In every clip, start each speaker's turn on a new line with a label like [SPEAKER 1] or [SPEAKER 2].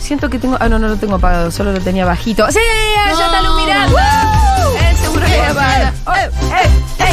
[SPEAKER 1] Siento que tengo. Ah, no, no lo tengo apagado, solo lo tenía bajito. ¡Sí! ¡Allá está Lu
[SPEAKER 2] No.
[SPEAKER 1] Miranda! ¡Woo! El seguro que apaga.
[SPEAKER 2] Eh, eh, eh,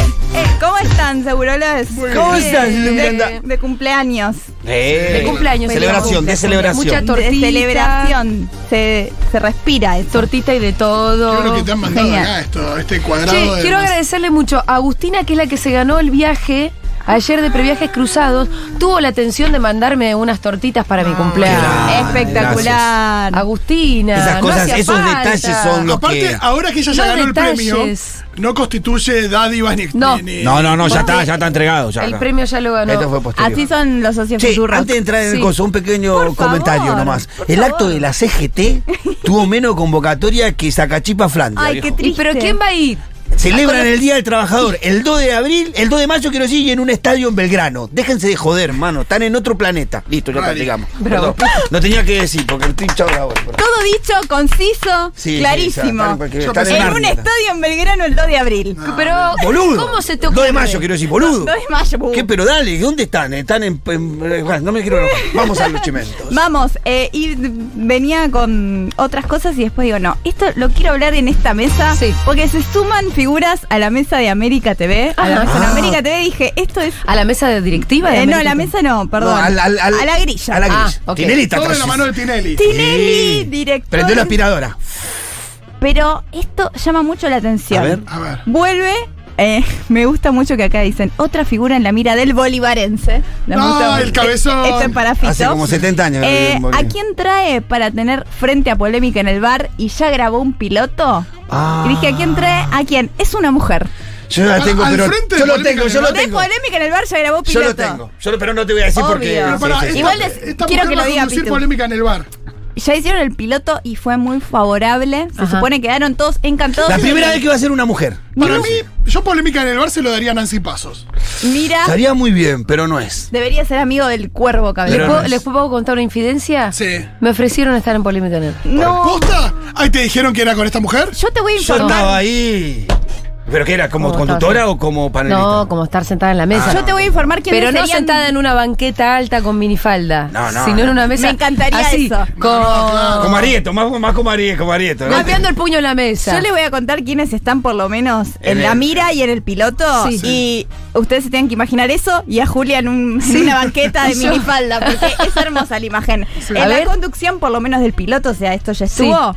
[SPEAKER 2] eh, ¿Cómo están, seguroles?
[SPEAKER 3] ¿Cómo estás, Lu
[SPEAKER 2] De,
[SPEAKER 3] Miranda?
[SPEAKER 2] de cumpleaños.
[SPEAKER 3] Eh,
[SPEAKER 1] De cumpleaños.
[SPEAKER 3] Celebración, de celebración.
[SPEAKER 1] Mucha tortita.
[SPEAKER 2] De celebración. Se, se respira eso.
[SPEAKER 1] Tortita y de
[SPEAKER 4] Yo creo
[SPEAKER 1] todo.
[SPEAKER 4] que te han mandado
[SPEAKER 2] Genial.
[SPEAKER 4] acá esto, este cuadrado
[SPEAKER 1] Che,
[SPEAKER 4] de
[SPEAKER 1] quiero
[SPEAKER 4] más-
[SPEAKER 1] agradecerle mucho a Agustina, que es la que se ganó el viaje. Ayer de Previajes Cruzados tuvo la atención de mandarme unas tortitas para
[SPEAKER 2] Ah,
[SPEAKER 1] mi cumpleaños.
[SPEAKER 3] grande.
[SPEAKER 2] Espectacular.
[SPEAKER 1] Agustina.
[SPEAKER 3] Esas
[SPEAKER 1] no
[SPEAKER 3] cosas,
[SPEAKER 1] hacía
[SPEAKER 3] esos
[SPEAKER 1] falta.
[SPEAKER 3] detalles son los
[SPEAKER 4] Aparte,
[SPEAKER 3] que.
[SPEAKER 4] ahora que ella ya
[SPEAKER 1] Los
[SPEAKER 4] ganó el premio,
[SPEAKER 1] detalles.
[SPEAKER 4] no constituye dádivas ni.
[SPEAKER 1] No.
[SPEAKER 4] ni- ni-
[SPEAKER 3] No, no, no, ya está, ya está entregado. Ya
[SPEAKER 1] El
[SPEAKER 3] está.
[SPEAKER 1] premio ya lo ganó.
[SPEAKER 3] Esto fue posterior.
[SPEAKER 2] Así son los socios
[SPEAKER 3] Che,
[SPEAKER 2] futuros.
[SPEAKER 3] antes de entrar en
[SPEAKER 1] Sí.
[SPEAKER 3] el coso, un pequeño
[SPEAKER 2] Por
[SPEAKER 3] comentario
[SPEAKER 2] favor,
[SPEAKER 3] nomás.
[SPEAKER 2] por
[SPEAKER 3] El
[SPEAKER 2] favor.
[SPEAKER 3] acto de la CGT tuvo menos convocatoria que Zacachipa Flandes.
[SPEAKER 2] Ay, qué
[SPEAKER 1] ¿Y
[SPEAKER 2] triste.
[SPEAKER 1] pero quién va a ir?
[SPEAKER 3] Celebran el Día del Trabajador el 2 de abril, el 2 de mayo, quiero decir, y en un estadio en Belgrano. Déjense de joder, mano. Están en otro planeta. Listo, ya está,
[SPEAKER 4] Rari.
[SPEAKER 3] digamos.
[SPEAKER 1] Bravo.
[SPEAKER 3] Perdón. Lo tenía que decir, porque el hinchado la bola. por-
[SPEAKER 2] Todo dicho, conciso,
[SPEAKER 3] Sí, sí, ya, están
[SPEAKER 2] clarísimo.
[SPEAKER 3] en cualquier-
[SPEAKER 4] Yo
[SPEAKER 3] están
[SPEAKER 4] pensé-
[SPEAKER 3] en
[SPEAKER 2] en un
[SPEAKER 3] Narnia.
[SPEAKER 2] estadio en Belgrano el 2 de abril.
[SPEAKER 1] Pero,
[SPEAKER 3] Boludo.
[SPEAKER 1] ¿cómo se te
[SPEAKER 3] 2
[SPEAKER 1] ocurre?
[SPEAKER 3] de mayo, quiero decir, boludo.
[SPEAKER 2] 2 de mayo.
[SPEAKER 3] ¿Qué? Pero dale, ¿dónde están? Están en. en- eh, bueno, no me quiero enojar. Vamos a los chimentos.
[SPEAKER 2] Vamos, eh, y venía con otras cosas y después digo, no, esto lo quiero hablar en esta mesa
[SPEAKER 1] Sí.
[SPEAKER 2] porque se suman figuras a la mesa de América TV. A la
[SPEAKER 1] Ajá.
[SPEAKER 2] mesa de
[SPEAKER 3] Ah.
[SPEAKER 2] América TV dije, esto es...
[SPEAKER 1] ¿A la mesa de directiva? de
[SPEAKER 2] Eh, no,
[SPEAKER 1] América?
[SPEAKER 2] la mesa no, perdón.
[SPEAKER 3] No, al- al- al-
[SPEAKER 2] a la grilla.
[SPEAKER 3] A la
[SPEAKER 1] Ah,
[SPEAKER 3] grilla.
[SPEAKER 1] ok.
[SPEAKER 3] Tinelli está
[SPEAKER 4] Todo en
[SPEAKER 3] atrás.
[SPEAKER 4] la mano de Tinelli.
[SPEAKER 2] Tinelli,
[SPEAKER 3] Sí.
[SPEAKER 2] director.
[SPEAKER 3] Prendió la aspiradora.
[SPEAKER 2] Pero esto llama mucho la atención.
[SPEAKER 3] A ver.
[SPEAKER 4] A ver.
[SPEAKER 2] Vuelve... eh, me gusta mucho que acá dicen otra figura en la mira del bolivarense. Me
[SPEAKER 4] Ah,
[SPEAKER 2] gusta mucho.
[SPEAKER 4] el cabezón.
[SPEAKER 2] Esto es para
[SPEAKER 3] Hace
[SPEAKER 2] Fito.
[SPEAKER 3] como 70 años. que
[SPEAKER 2] Eh,
[SPEAKER 3] vivo en
[SPEAKER 2] ¿A
[SPEAKER 3] Bolivia.
[SPEAKER 2] quién trae para tener frente a polémica en el bar y ya grabó un piloto?
[SPEAKER 3] Ah.
[SPEAKER 2] Y dije, ¿a quién trae? ¿A quién? Es una mujer.
[SPEAKER 3] Yo la tengo,
[SPEAKER 4] Al
[SPEAKER 3] pero.
[SPEAKER 4] frente
[SPEAKER 3] Yo
[SPEAKER 4] de
[SPEAKER 3] lo
[SPEAKER 4] Bolivia,
[SPEAKER 3] tengo, yo
[SPEAKER 4] ¿no?
[SPEAKER 3] lo
[SPEAKER 2] de
[SPEAKER 3] tengo.
[SPEAKER 2] polémica en el bar ya grabó
[SPEAKER 3] Yo
[SPEAKER 2] piloto.
[SPEAKER 3] lo tengo. Yo lo- pero no te voy a decir
[SPEAKER 2] Obvio.
[SPEAKER 3] por qué.
[SPEAKER 2] Pero
[SPEAKER 3] Sí,
[SPEAKER 4] Pará,
[SPEAKER 3] sí,
[SPEAKER 4] esta-
[SPEAKER 3] sí.
[SPEAKER 2] Igual les-
[SPEAKER 4] esta
[SPEAKER 2] quiero
[SPEAKER 4] mujer
[SPEAKER 2] que
[SPEAKER 4] va
[SPEAKER 2] lo
[SPEAKER 4] a
[SPEAKER 2] diga,
[SPEAKER 4] conducir
[SPEAKER 2] Pitu.
[SPEAKER 4] polémica en el bar.
[SPEAKER 2] Ya hicieron el piloto y fue muy favorable. Se
[SPEAKER 1] Ajá.
[SPEAKER 2] supone quedaron todos encantados.
[SPEAKER 3] La primera vez que va a ser una mujer.
[SPEAKER 4] Para mí, yo polémica en el bar se lo daría a Nancy Pasos.
[SPEAKER 2] Mira,
[SPEAKER 3] Estaría muy bien, pero no es.
[SPEAKER 2] debería ser amigo del cuervo
[SPEAKER 1] ¿Le
[SPEAKER 3] Pero
[SPEAKER 2] cabello.
[SPEAKER 1] puedo,
[SPEAKER 3] no es-
[SPEAKER 1] ¿Les puedo contar una infidencia?
[SPEAKER 4] Sí.
[SPEAKER 1] Me ofrecieron estar en Polémica Nerd.
[SPEAKER 2] No,
[SPEAKER 4] ¿Posta? Ahí te dijeron que era con esta mujer.
[SPEAKER 2] yo te voy a
[SPEAKER 3] Yo
[SPEAKER 2] informar.
[SPEAKER 3] estaba ahí. ¿Pero qué era? ¿Como
[SPEAKER 1] ¿Cómo
[SPEAKER 3] conductora
[SPEAKER 1] estás?
[SPEAKER 3] o como panelista?
[SPEAKER 1] No, como estar sentada en la mesa.
[SPEAKER 2] Ah, Yo te voy a informar quién
[SPEAKER 1] Pero no sentada en una banqueta alta con minifalda.
[SPEAKER 3] No, no,
[SPEAKER 1] Sino en
[SPEAKER 3] no.
[SPEAKER 1] una mesa.
[SPEAKER 2] Me encantaría
[SPEAKER 1] así,
[SPEAKER 2] eso.
[SPEAKER 1] Con,
[SPEAKER 4] Ah,
[SPEAKER 3] Como Arieto, más, más como Arieto, como Arieto. ¿no?
[SPEAKER 1] golpeando el puño en la mesa.
[SPEAKER 2] Yo le voy a contar quiénes están por lo menos en,
[SPEAKER 3] En
[SPEAKER 2] la
[SPEAKER 3] el-
[SPEAKER 2] mira y en el piloto.
[SPEAKER 1] Sí.
[SPEAKER 2] Y ustedes se tienen que imaginar eso y a Julia en, un- en una banqueta de
[SPEAKER 1] Yo-
[SPEAKER 2] minifalda, porque es hermosa la imagen.
[SPEAKER 1] A
[SPEAKER 2] En la
[SPEAKER 1] ver.
[SPEAKER 2] conducción, por lo menos del piloto, o sea, esto ya
[SPEAKER 1] Sí.
[SPEAKER 2] estuvo.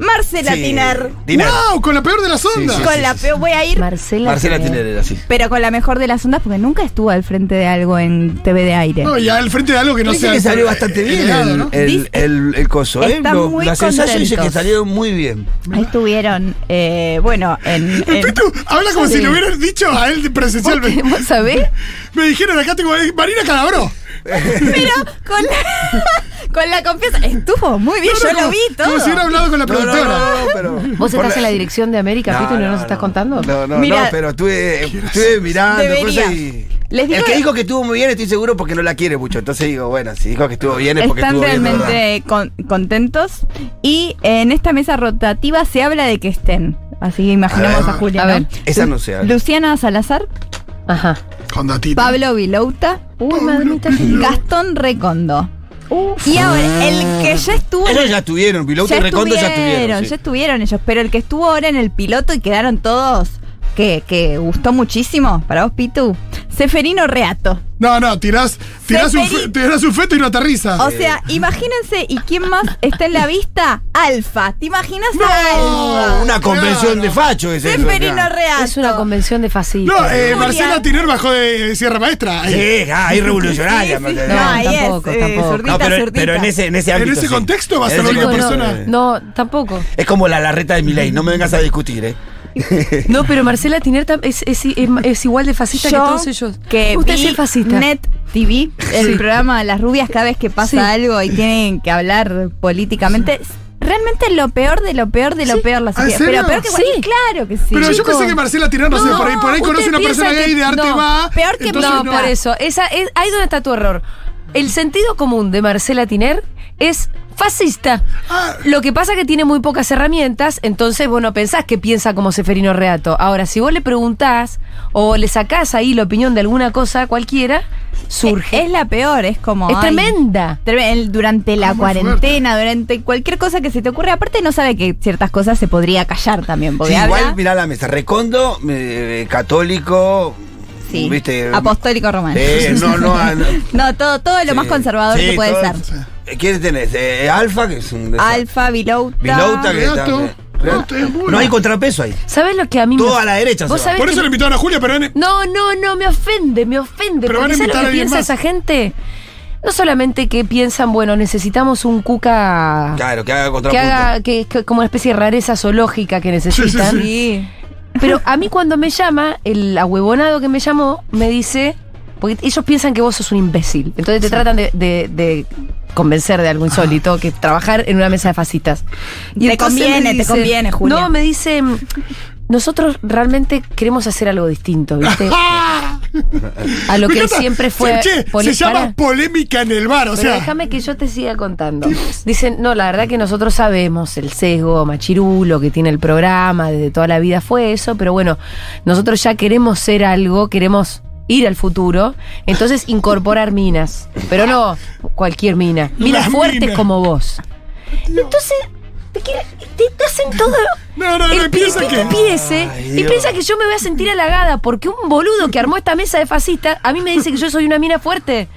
[SPEAKER 2] Marcela
[SPEAKER 3] Sí,
[SPEAKER 2] Tiner.
[SPEAKER 3] Tiner.
[SPEAKER 4] ¡Wow! Con la peor de las ondas.
[SPEAKER 3] sí,
[SPEAKER 2] Con
[SPEAKER 3] sí,
[SPEAKER 2] la
[SPEAKER 3] sí,
[SPEAKER 2] peor voy a ir,
[SPEAKER 1] Marcela.
[SPEAKER 3] Marcela
[SPEAKER 1] Tinelli.
[SPEAKER 3] Tiner era así.
[SPEAKER 2] pero con la mejor de las ondas, porque nunca estuvo al frente de algo en TV de aire.
[SPEAKER 4] No, y al frente de algo que no
[SPEAKER 3] Dice
[SPEAKER 4] sea.
[SPEAKER 3] que
[SPEAKER 4] el-
[SPEAKER 3] salió bastante
[SPEAKER 4] el
[SPEAKER 3] bien
[SPEAKER 4] helado,
[SPEAKER 3] el,
[SPEAKER 4] ¿no?
[SPEAKER 3] el, el- el coso, ¿eh?
[SPEAKER 2] Están
[SPEAKER 3] Lo-
[SPEAKER 2] muy
[SPEAKER 3] Las ensayos dice que
[SPEAKER 2] contentos.
[SPEAKER 3] salieron muy bien.
[SPEAKER 2] Ahí estuvieron, eh, bueno, en. en-
[SPEAKER 4] Pitu, habla como si le hubieran dicho a él
[SPEAKER 1] ¿Vos
[SPEAKER 4] presencialmente.
[SPEAKER 1] qué- ¿Vos sabés?
[SPEAKER 4] Me dijeron acá tengo eh, Marina Calabró.
[SPEAKER 2] pero con la, con la confianza. Estuvo muy bien, yo
[SPEAKER 4] No, no,
[SPEAKER 2] lo
[SPEAKER 4] como-
[SPEAKER 2] vi todo.
[SPEAKER 4] Como si hubiera hablado con la
[SPEAKER 3] No, no, no,
[SPEAKER 4] productora.
[SPEAKER 3] no, pero-
[SPEAKER 1] ¿Vos
[SPEAKER 3] por
[SPEAKER 1] estás en la dirección de América, Pitu, y no, nos estás contando?
[SPEAKER 3] No, no,
[SPEAKER 2] Mira-
[SPEAKER 3] no, pero estuve, estuve mirando
[SPEAKER 2] Debería.
[SPEAKER 3] cosas y.
[SPEAKER 2] Les digo-
[SPEAKER 3] el que dijo que estuvo muy bien, estoy seguro porque no la quiere mucho. Entonces digo, bueno, si dijo que estuvo bien es porque
[SPEAKER 2] Están
[SPEAKER 3] estuvo bien. ¿verdad?
[SPEAKER 2] realmente con- contentos y en esta mesa rotativa se habla de que estén. Así que imaginemos a,
[SPEAKER 4] Ah,
[SPEAKER 2] Julia.
[SPEAKER 1] a
[SPEAKER 2] ¿no?
[SPEAKER 1] ver.
[SPEAKER 3] Esa no se habla.
[SPEAKER 2] Luciana Salazar,
[SPEAKER 1] Ajá.
[SPEAKER 4] Con datita.
[SPEAKER 2] Pablo Vilouta,
[SPEAKER 1] Uy, mamita.
[SPEAKER 2] Gastón Recondo. Y ahora, el que ya estuvo.
[SPEAKER 3] Ellos Ah. ya estuvieron, Piloto y Recondo ya estuvieron. sí.
[SPEAKER 2] ya estuvieron ellos, pero el que estuvo ahora en el piloto y quedaron todos que, que gustó muchísimo para vos, Pitu. Seferino Reato.
[SPEAKER 4] No, no, tirás, tirás, un,
[SPEAKER 2] Seferi-
[SPEAKER 4] fe- tirás un feto y no aterriza.
[SPEAKER 1] Oh,
[SPEAKER 2] O sea, imagínense, ¿y quién más está en la vista? Alfa. ¿Te imaginas a Alfa?
[SPEAKER 4] No,
[SPEAKER 3] Una convención
[SPEAKER 4] Claro.
[SPEAKER 3] de facho es eso.
[SPEAKER 2] Semperino
[SPEAKER 3] claro.
[SPEAKER 2] Reato.
[SPEAKER 1] Es una convención de facilidad.
[SPEAKER 4] No, eh,
[SPEAKER 2] Julia.
[SPEAKER 4] Marcela Tiner bajó de Sierra Maestra. Eh,
[SPEAKER 3] Sí, ah, ahí revolucionaria.
[SPEAKER 2] Sí, sí,
[SPEAKER 3] más
[SPEAKER 2] sí.
[SPEAKER 3] allá.
[SPEAKER 2] No, ahí es,
[SPEAKER 1] tampoco,
[SPEAKER 2] eh,
[SPEAKER 1] tampoco.
[SPEAKER 2] zurdita,
[SPEAKER 3] No, pero,
[SPEAKER 2] zurdita.
[SPEAKER 3] pero en ese, en ese ámbito.
[SPEAKER 4] ese
[SPEAKER 3] sí.
[SPEAKER 4] contexto va a
[SPEAKER 3] En
[SPEAKER 4] ser la
[SPEAKER 3] ese
[SPEAKER 4] única
[SPEAKER 3] contexto,
[SPEAKER 4] persona.
[SPEAKER 3] eh.
[SPEAKER 1] No, tampoco.
[SPEAKER 3] Es como la larreta de Milei, no me vengas a discutir, ¿eh?
[SPEAKER 1] No, pero Marcela Tiner tam- es, es, es- es igual de fascista
[SPEAKER 2] Yo
[SPEAKER 1] que todos ellos.
[SPEAKER 2] que
[SPEAKER 1] Usted
[SPEAKER 2] vi
[SPEAKER 1] es el fascista.
[SPEAKER 2] Net TV, el programa de Las Rubias, cada vez que pasa
[SPEAKER 1] Sí.
[SPEAKER 2] algo y tienen que hablar políticamente, es realmente lo peor de lo peor de lo
[SPEAKER 1] Sí.
[SPEAKER 2] peor la
[SPEAKER 4] ¿Ah, en
[SPEAKER 2] sociedad. Pero
[SPEAKER 4] serio?
[SPEAKER 2] peor que
[SPEAKER 1] Sí.
[SPEAKER 2] claro que sí.
[SPEAKER 4] Pero yo
[SPEAKER 1] Chicos.
[SPEAKER 4] pensé que Marcela Tiner, no, sé,
[SPEAKER 1] No,
[SPEAKER 4] por ahí, por ahí
[SPEAKER 1] usted
[SPEAKER 4] conoce una
[SPEAKER 1] piensa
[SPEAKER 4] persona
[SPEAKER 1] que-
[SPEAKER 4] gay de arte
[SPEAKER 1] no,
[SPEAKER 4] va.
[SPEAKER 2] peor que
[SPEAKER 4] entonces
[SPEAKER 1] no,
[SPEAKER 2] no.
[SPEAKER 1] por eso. Esa es, ahí donde está tu error. El sentido común de Marcela Tiner es fascista.
[SPEAKER 4] Ah.
[SPEAKER 1] Lo que pasa es que tiene muy pocas herramientas, entonces vos no pensás que piensa como Seferino Reato. Ahora, si vos le preguntás o le sacás ahí la opinión de alguna cosa cualquiera, surge.
[SPEAKER 2] Es, es la peor, es como.
[SPEAKER 1] Es
[SPEAKER 2] ay,
[SPEAKER 1] tremenda.
[SPEAKER 2] treme- el- Durante la
[SPEAKER 4] Es muy fuerte.
[SPEAKER 2] cuarentena, durante cualquier cosa que se te ocurra. Aparte, no sabe que ciertas cosas se podría callar también. Porque
[SPEAKER 3] Sí,
[SPEAKER 2] habla-
[SPEAKER 3] igual mirá la mesa, recondo, eh, católico,
[SPEAKER 2] Sí.
[SPEAKER 3] ¿viste?
[SPEAKER 2] Apostólico romano.
[SPEAKER 3] Eh, no, no, ah, no.
[SPEAKER 2] No, todo, todo lo más
[SPEAKER 3] Sí.
[SPEAKER 2] conservador
[SPEAKER 3] Sí,
[SPEAKER 2] que puede
[SPEAKER 3] todo-
[SPEAKER 2] ser.
[SPEAKER 3] Eh, ¿Quién tenés? Eh, Alfa, que es un desastre.
[SPEAKER 2] Alfa, Vilouta.
[SPEAKER 3] Vilouta, que está-
[SPEAKER 4] Reato. Reato es bueno.
[SPEAKER 3] No hay contrapeso ahí.
[SPEAKER 1] ¿Sabés lo que a mí
[SPEAKER 3] Todo a la derecha
[SPEAKER 1] ¿Vos
[SPEAKER 3] se va.
[SPEAKER 1] sabés
[SPEAKER 4] Por
[SPEAKER 1] que-
[SPEAKER 4] eso le invitaron a Julia, pero en-
[SPEAKER 1] No, no, no, me ofende, me ofende.
[SPEAKER 4] Pero van
[SPEAKER 1] porque
[SPEAKER 4] a
[SPEAKER 1] ¿sabes
[SPEAKER 4] invitar
[SPEAKER 1] lo
[SPEAKER 4] a
[SPEAKER 1] que
[SPEAKER 4] alguien
[SPEAKER 1] piensa
[SPEAKER 4] más.
[SPEAKER 1] esa gente? No solamente que piensan, bueno, necesitamos un
[SPEAKER 2] Ah.
[SPEAKER 1] cuca
[SPEAKER 3] Claro, que haga
[SPEAKER 1] que
[SPEAKER 3] contrapunto.
[SPEAKER 1] haga que, que- como una especie de rareza zoológica que necesitan.
[SPEAKER 4] Sí.
[SPEAKER 2] Sí.
[SPEAKER 1] Pero a mí cuando me llama, el ahuevonado que me llamó me dice, porque ellos piensan que vos sos un imbécil. Entonces te tratan de, de- de convencer de algo insólito, que trabajar en una mesa de facitas.
[SPEAKER 2] Te
[SPEAKER 1] entonces
[SPEAKER 2] conviene,
[SPEAKER 1] me
[SPEAKER 2] te conviene, Julia.
[SPEAKER 1] No, me dice, mm, nosotros realmente queremos hacer algo distinto, ¿viste?
[SPEAKER 4] ¡Ah!
[SPEAKER 1] A lo
[SPEAKER 4] Me
[SPEAKER 1] que
[SPEAKER 4] encanta.
[SPEAKER 1] siempre fue...
[SPEAKER 4] Che, se
[SPEAKER 1] poli-
[SPEAKER 4] llama
[SPEAKER 1] Pará.
[SPEAKER 4] polémica en el bar, o
[SPEAKER 1] Pero
[SPEAKER 4] sea.
[SPEAKER 1] déjame que yo te siga contando. Dicen, no, la verdad que nosotros sabemos el sesgo machirulo que tiene el programa, desde toda la vida fue eso, pero bueno, nosotros ya queremos ser algo, queremos ir al futuro, entonces incorporar minas, pero no cualquier mina, minas
[SPEAKER 4] Las
[SPEAKER 1] fuertes
[SPEAKER 4] minas.
[SPEAKER 1] como vos. Entonces, te, quiere- te- te hacen todo...
[SPEAKER 4] No, no, no,
[SPEAKER 1] El
[SPEAKER 4] empieza
[SPEAKER 1] pibe
[SPEAKER 4] que.
[SPEAKER 1] empiece
[SPEAKER 3] Ay,
[SPEAKER 1] y
[SPEAKER 3] Dios.
[SPEAKER 1] piensa que yo me voy a sentir halagada porque un boludo que armó esta mesa de fascista a mí me dice que yo soy una mina fuerte.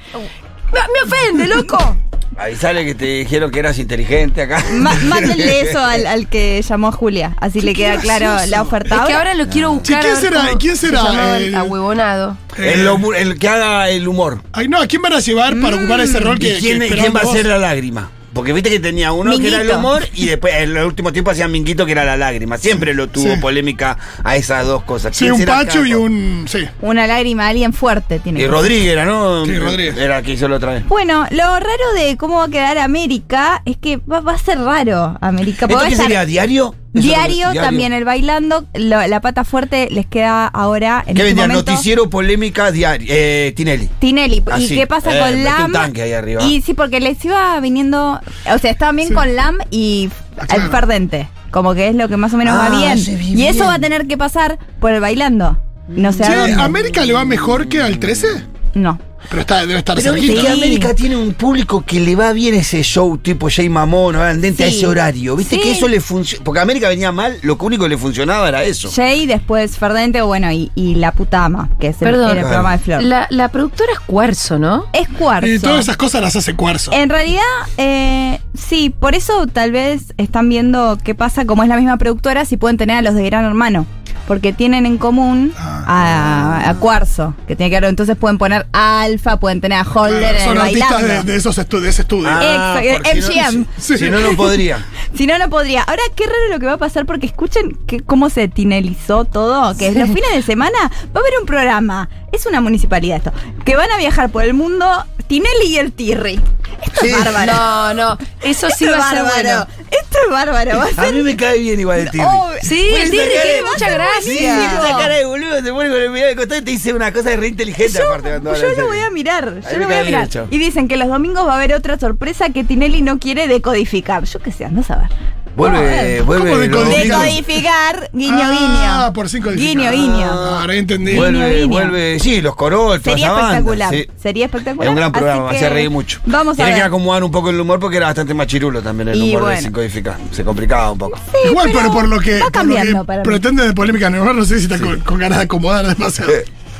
[SPEAKER 1] Me, me ofende, loco.
[SPEAKER 3] Avisale que te dijeron que eras inteligente acá.
[SPEAKER 2] Ma- Mándenle eso al, al que llamó a Julia, así le queda claro la oferta.
[SPEAKER 1] Es que
[SPEAKER 2] Ahora-
[SPEAKER 1] ahora lo quiero buscar.
[SPEAKER 4] ¿quién
[SPEAKER 1] a ver
[SPEAKER 4] será?
[SPEAKER 1] cómo
[SPEAKER 4] ¿Quién
[SPEAKER 1] se
[SPEAKER 4] será?
[SPEAKER 1] llamaba el
[SPEAKER 4] El-
[SPEAKER 1] ahuevonado.
[SPEAKER 3] El, lomu- el que haga el humor.
[SPEAKER 4] Ay, no, ¿a quién van a llevar para ocupar ese rol que.
[SPEAKER 3] Mm, ¿Y quién,
[SPEAKER 4] que
[SPEAKER 3] y quién va a
[SPEAKER 4] esperabas
[SPEAKER 3] ser
[SPEAKER 4] vos?
[SPEAKER 3] la lágrima? Porque viste que tenía uno que era el
[SPEAKER 2] Minguito.
[SPEAKER 3] humor y después en el último tiempo hacían Minguito que era la lágrima. Siempre lo tuvo
[SPEAKER 4] Sí.
[SPEAKER 3] polémica a esas dos cosas.
[SPEAKER 4] Sí,
[SPEAKER 3] ¿Quién
[SPEAKER 4] un
[SPEAKER 3] será
[SPEAKER 4] Pacho
[SPEAKER 3] cada
[SPEAKER 4] y
[SPEAKER 3] cosa?
[SPEAKER 4] un. Sí.
[SPEAKER 2] Una lágrima, alguien fuerte tiene.
[SPEAKER 3] Y
[SPEAKER 2] que-
[SPEAKER 3] Rodríguez era, ¿no?
[SPEAKER 4] Sí, Rodríguez.
[SPEAKER 3] Era el que hizo la otra vez.
[SPEAKER 2] Bueno, lo raro de cómo va a quedar América es que va, va a ser raro América. porque
[SPEAKER 3] ¿Esto
[SPEAKER 2] va a
[SPEAKER 3] qué
[SPEAKER 2] estar
[SPEAKER 3] sería? ¿Diario? Eso
[SPEAKER 2] Diario,
[SPEAKER 3] no-
[SPEAKER 2] también el bailando, lo- la pata fuerte les queda ahora en
[SPEAKER 3] ¿Qué
[SPEAKER 2] este
[SPEAKER 3] vendía?
[SPEAKER 2] momento.
[SPEAKER 3] Noticiero, polémica, diario. Eh, Tinelli.
[SPEAKER 2] Tinelli. ¿Y
[SPEAKER 3] Así,
[SPEAKER 2] qué pasa
[SPEAKER 3] eh,
[SPEAKER 2] con
[SPEAKER 3] mete
[SPEAKER 2] Lam?
[SPEAKER 3] un tanque ahí arriba.
[SPEAKER 2] Y sí, porque les iba viniendo. O sea, estaban bien
[SPEAKER 4] Sí.
[SPEAKER 2] con Lam y
[SPEAKER 4] Ah,
[SPEAKER 2] el
[SPEAKER 4] claro.
[SPEAKER 2] perdente. Como que es lo que más o menos
[SPEAKER 3] Ah,
[SPEAKER 2] va bien.
[SPEAKER 3] sí, bien,
[SPEAKER 2] Y eso
[SPEAKER 3] bien.
[SPEAKER 2] va a tener que pasar por el bailando. No sé a
[SPEAKER 4] Che,
[SPEAKER 2] dónde.
[SPEAKER 4] ¿América le va mejor que al 13?
[SPEAKER 2] No.
[SPEAKER 4] Pero está, debe estar
[SPEAKER 3] Pero
[SPEAKER 4] cerquita.
[SPEAKER 3] viste
[SPEAKER 2] Sí.
[SPEAKER 3] que América tiene un público que le va bien ese show tipo Jay Mamón o Andente a
[SPEAKER 2] Sí.
[SPEAKER 3] ese horario. Viste
[SPEAKER 2] Sí.
[SPEAKER 3] que eso le funciona. Porque América venía mal, lo único que le funcionaba era eso.
[SPEAKER 2] Jay, después Ferdente, bueno, y, y La Puta Ama, que es el,
[SPEAKER 1] Perdón.
[SPEAKER 2] era el programa de Flor.
[SPEAKER 1] La, la productora es Cuarzo, ¿no?
[SPEAKER 2] es cuarzo.
[SPEAKER 4] Y todas esas cosas las hace cuarzo.
[SPEAKER 2] En realidad, eh, sí, por eso tal vez están viendo qué pasa, como es la misma productora, si pueden tener a los de Gran Hermano. Porque tienen en común
[SPEAKER 4] Ah.
[SPEAKER 2] a, a Cuarzo, que tiene que ver, entonces pueden poner a Alfa, pueden tener a Holder
[SPEAKER 4] Claro,
[SPEAKER 2] en el
[SPEAKER 4] Ah, son artistas de,
[SPEAKER 2] bailando. Eh,
[SPEAKER 4] de esos estu- de ese estudio.
[SPEAKER 3] Ah.
[SPEAKER 2] Exacto,
[SPEAKER 3] porque si no-
[SPEAKER 2] MGM.
[SPEAKER 3] Si, si no, no podría.
[SPEAKER 2] Si no, no podría. Ahora, qué raro lo que va a pasar, porque escuchen que, cómo se tinelizó todo, que los fines de semana va a haber un programa, es una municipalidad esto, que van a viajar por el mundo Tinelli y el Tirri. Esto
[SPEAKER 3] Sí.
[SPEAKER 2] es bárbaro.
[SPEAKER 1] No, no. Eso sí
[SPEAKER 2] Esto
[SPEAKER 1] va
[SPEAKER 2] es
[SPEAKER 1] a ser bueno.
[SPEAKER 2] bárbaro. Esto es bárbaro. Va a
[SPEAKER 3] A
[SPEAKER 2] ser
[SPEAKER 3] mí me cae bien igual el Tigre.
[SPEAKER 2] obvio.
[SPEAKER 1] Sí, el
[SPEAKER 2] Esa
[SPEAKER 1] Tigre
[SPEAKER 2] cara
[SPEAKER 1] tiene
[SPEAKER 2] de-
[SPEAKER 1] mucha
[SPEAKER 2] va a
[SPEAKER 1] gracia.
[SPEAKER 2] ser
[SPEAKER 3] Sí,
[SPEAKER 2] buenísimo.
[SPEAKER 3] esa cara de boludo se pone con el mirado de costado y te dice una cosa de reírte inteligente aparte. cuando
[SPEAKER 2] Yo,
[SPEAKER 3] habla
[SPEAKER 2] yo
[SPEAKER 3] en
[SPEAKER 2] lo
[SPEAKER 3] serio.
[SPEAKER 2] voy a mirar,
[SPEAKER 3] A mí
[SPEAKER 2] yo
[SPEAKER 3] me
[SPEAKER 2] lo voy a
[SPEAKER 3] cae bien
[SPEAKER 2] mirar.
[SPEAKER 3] el chavo.
[SPEAKER 2] Y dicen que los domingos va a haber otra sorpresa que Tinelli no quiere decodificar. Yo qué sé, no saber.
[SPEAKER 3] Vuelve,
[SPEAKER 2] No,
[SPEAKER 3] vuelve.
[SPEAKER 4] ¿Cómo
[SPEAKER 3] lo-
[SPEAKER 4] decodifica?
[SPEAKER 2] Decodificar, guiño,
[SPEAKER 4] Ah,
[SPEAKER 2] guiño.
[SPEAKER 4] por cinco
[SPEAKER 2] Guiño,
[SPEAKER 4] decimales.
[SPEAKER 2] guiño.
[SPEAKER 4] Ah, Ahora entendí.
[SPEAKER 2] Bueno.
[SPEAKER 3] Vuelve,
[SPEAKER 2] guiño.
[SPEAKER 3] vuelve. Sí, los coros, toda
[SPEAKER 2] Sería
[SPEAKER 3] esa banda,
[SPEAKER 2] espectacular.
[SPEAKER 3] sí.
[SPEAKER 2] Sería espectacular.
[SPEAKER 3] Es un gran
[SPEAKER 2] Así
[SPEAKER 3] programa, me
[SPEAKER 2] que
[SPEAKER 3] hacía reír mucho.
[SPEAKER 2] Vamos a
[SPEAKER 3] Tiene que
[SPEAKER 2] ver.
[SPEAKER 3] acomodar un poco el humor porque era bastante machirulo también el
[SPEAKER 2] Y
[SPEAKER 3] humor de
[SPEAKER 2] bueno.
[SPEAKER 3] sin codificar. Se complicaba un poco.
[SPEAKER 2] Sí,
[SPEAKER 4] Igual, pero, por lo que,
[SPEAKER 2] Va
[SPEAKER 4] por lo que
[SPEAKER 2] cambiando para mí.
[SPEAKER 4] pretende de polémica en el bar, no sé si está con, con ganas de acomodar demasiado.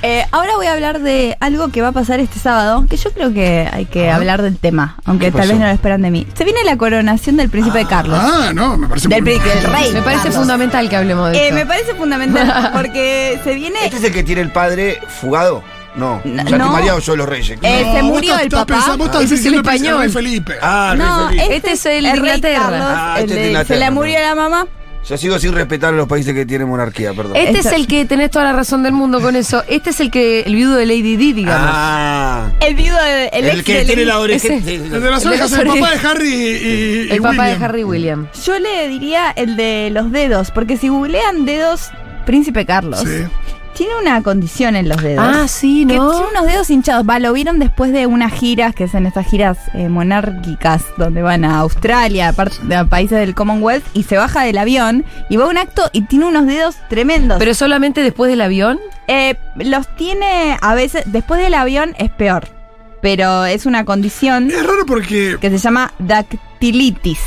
[SPEAKER 2] Eh, ahora voy a hablar de algo que va a pasar este sábado, que yo creo que hay que hablar del tema, aunque
[SPEAKER 3] ¿Qué
[SPEAKER 2] tal
[SPEAKER 3] pasó?
[SPEAKER 2] vez no lo esperan de mí. Se viene la coronación del príncipe Carlos.
[SPEAKER 4] Ah, no, me parece
[SPEAKER 2] Del
[SPEAKER 4] muy-
[SPEAKER 2] príncipe, del rey.
[SPEAKER 1] Me parece
[SPEAKER 2] Carlos.
[SPEAKER 1] fundamental que hablemos de
[SPEAKER 2] Eh,
[SPEAKER 1] eso.
[SPEAKER 2] me parece fundamental porque se viene.
[SPEAKER 3] ¿Este es el que tiene el padre fugado? No.
[SPEAKER 2] No.
[SPEAKER 3] Santi María o yo los reyes.
[SPEAKER 2] Eh, se
[SPEAKER 4] vos
[SPEAKER 2] murió
[SPEAKER 4] estás-
[SPEAKER 2] el
[SPEAKER 4] estás
[SPEAKER 2] papá. Ah,
[SPEAKER 4] pensando- vos estás
[SPEAKER 1] Ese es el
[SPEAKER 4] diciendo príncipe
[SPEAKER 1] español.
[SPEAKER 4] rey Felipe.
[SPEAKER 3] ah,
[SPEAKER 2] no,
[SPEAKER 3] rey Felipe.
[SPEAKER 2] este es el,
[SPEAKER 1] rey
[SPEAKER 2] rey
[SPEAKER 1] Inglaterra.
[SPEAKER 2] Carlos,
[SPEAKER 3] Ah,
[SPEAKER 2] el
[SPEAKER 3] este es de
[SPEAKER 2] de- se
[SPEAKER 3] Inglaterra.
[SPEAKER 2] le murió la mamá.
[SPEAKER 3] Yo sigo sin respetar a los países que tienen monarquía, perdón.
[SPEAKER 1] Este
[SPEAKER 2] Esta-
[SPEAKER 1] es el que tenés toda la razón del mundo con eso. Este es el que el viudo de Lady Di, digamos.
[SPEAKER 3] ah.
[SPEAKER 2] El viudo de- el,
[SPEAKER 3] El,
[SPEAKER 2] ex
[SPEAKER 3] que
[SPEAKER 2] del-
[SPEAKER 3] tiene la oreja.
[SPEAKER 1] Ese.
[SPEAKER 3] sí, sí, sí.
[SPEAKER 4] El de las
[SPEAKER 1] El de
[SPEAKER 4] orejas,
[SPEAKER 1] las
[SPEAKER 4] el papá
[SPEAKER 1] orejas.
[SPEAKER 4] de Harry y, y- y
[SPEAKER 1] el papá
[SPEAKER 4] William.
[SPEAKER 1] de Harry William.
[SPEAKER 2] Yo le diría el de los dedos, porque si googlean dedos, príncipe Carlos.
[SPEAKER 4] Sí.
[SPEAKER 2] tiene una condición en los dedos.
[SPEAKER 1] Ah, sí,
[SPEAKER 2] Que
[SPEAKER 1] ¿no?
[SPEAKER 2] tiene unos dedos hinchados. Va, lo vieron después de unas giras, que son estas giras eh, monárquicas, donde van a Australia, a, par- a países del Commonwealth, y se baja del avión y va a un acto y tiene unos dedos tremendos.
[SPEAKER 1] Pero solamente después del avión.
[SPEAKER 2] Eh, los tiene a veces, después del avión es peor, pero es una condición
[SPEAKER 4] Es raro porque.
[SPEAKER 2] que se llama dactilitis.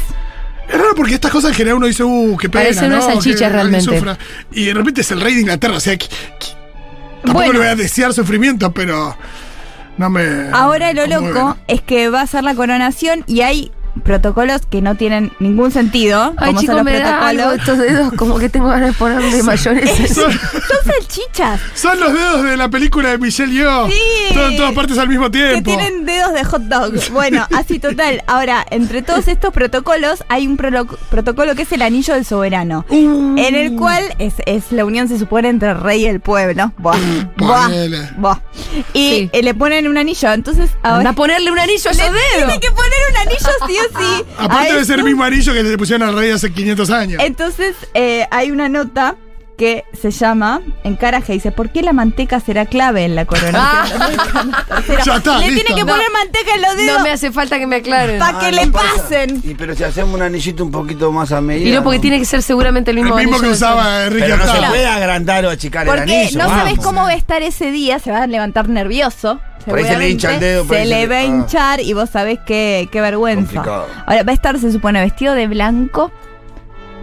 [SPEAKER 4] Es raro porque estas cosas en general uno dice, uh, qué pena.
[SPEAKER 1] Parecen
[SPEAKER 4] ¿no?
[SPEAKER 1] unas salchichas
[SPEAKER 4] Que alguien
[SPEAKER 1] realmente.
[SPEAKER 4] sufra. Y de repente es el rey de Inglaterra, o sea, que- que- tampoco
[SPEAKER 2] Bueno.
[SPEAKER 4] le voy a desear sufrimiento, pero. No me.
[SPEAKER 2] Ahora lo
[SPEAKER 4] conmueve,
[SPEAKER 2] loco
[SPEAKER 4] ¿no?
[SPEAKER 2] es que va a ser la coronación y hay protocolos que no tienen ningún sentido,
[SPEAKER 1] Ay,
[SPEAKER 2] como
[SPEAKER 1] chicos,
[SPEAKER 2] son los
[SPEAKER 1] me da algo
[SPEAKER 2] protocolos.
[SPEAKER 1] estos dedos, como que tengo ganas de ponerle mayonesa.
[SPEAKER 4] Son,
[SPEAKER 2] Son salchichas
[SPEAKER 4] son los dedos de la película de Michelle Yeoh.
[SPEAKER 2] Sí.
[SPEAKER 4] Todo en todas partes al mismo
[SPEAKER 2] que
[SPEAKER 4] tiempo.
[SPEAKER 2] tienen dedos de hot dog. Bueno, así total. Ahora, entre todos estos protocolos hay un prolo- protocolo que es el anillo del soberano.
[SPEAKER 4] Uh.
[SPEAKER 2] En
[SPEAKER 4] Mm.
[SPEAKER 2] el cual es, es la unión, se supone, entre el rey y el pueblo. Buah, buah,
[SPEAKER 4] Mm, Ponele.
[SPEAKER 2] buah. Y
[SPEAKER 1] Sí.
[SPEAKER 2] eh, le ponen un anillo. Entonces,
[SPEAKER 1] Anda
[SPEAKER 2] ahora.
[SPEAKER 1] a ponerle un anillo a esos dedos.
[SPEAKER 2] Tiene que poner un anillo sí o sí.
[SPEAKER 4] Aparte
[SPEAKER 2] A este
[SPEAKER 4] de
[SPEAKER 2] eso.
[SPEAKER 4] ser el mismo anillo que le pusieron al rey hace 500 años.
[SPEAKER 2] Entonces, eh, hay una nota que se llama en Caraje dice ¿por qué la manteca será clave en la coronación?
[SPEAKER 4] Ah. Ya está,
[SPEAKER 2] le
[SPEAKER 4] listo.
[SPEAKER 2] tiene que
[SPEAKER 4] No.
[SPEAKER 2] poner manteca en los dedos
[SPEAKER 1] No me hace falta que me aclaren.
[SPEAKER 2] para que
[SPEAKER 3] Ah,
[SPEAKER 2] le
[SPEAKER 3] no pasa.
[SPEAKER 2] pasen
[SPEAKER 3] Y pero si hacemos un anillito un poquito más a medida.
[SPEAKER 1] Y no, porque tiene que ser seguramente el
[SPEAKER 4] el
[SPEAKER 1] mismo
[SPEAKER 4] mismo que
[SPEAKER 1] anillo de soberano.
[SPEAKER 4] usaba Enrique
[SPEAKER 3] Pero no se
[SPEAKER 4] VIII.
[SPEAKER 3] puede agrandar o achicar el
[SPEAKER 2] Porque
[SPEAKER 3] anillo.
[SPEAKER 2] no sabes
[SPEAKER 3] vamos.
[SPEAKER 2] cómo va a estar ese día, se va a levantar nervioso.
[SPEAKER 3] Por ahí se le hincha el
[SPEAKER 2] seguramente,
[SPEAKER 3] dedo, por
[SPEAKER 2] Se
[SPEAKER 3] ahí se
[SPEAKER 2] le
[SPEAKER 3] le-
[SPEAKER 2] va a
[SPEAKER 3] ah.
[SPEAKER 2] hinchar y vos sabés qué, qué vergüenza.
[SPEAKER 3] Complicado.
[SPEAKER 2] Ahora va a estar, se supone, vestido de blanco.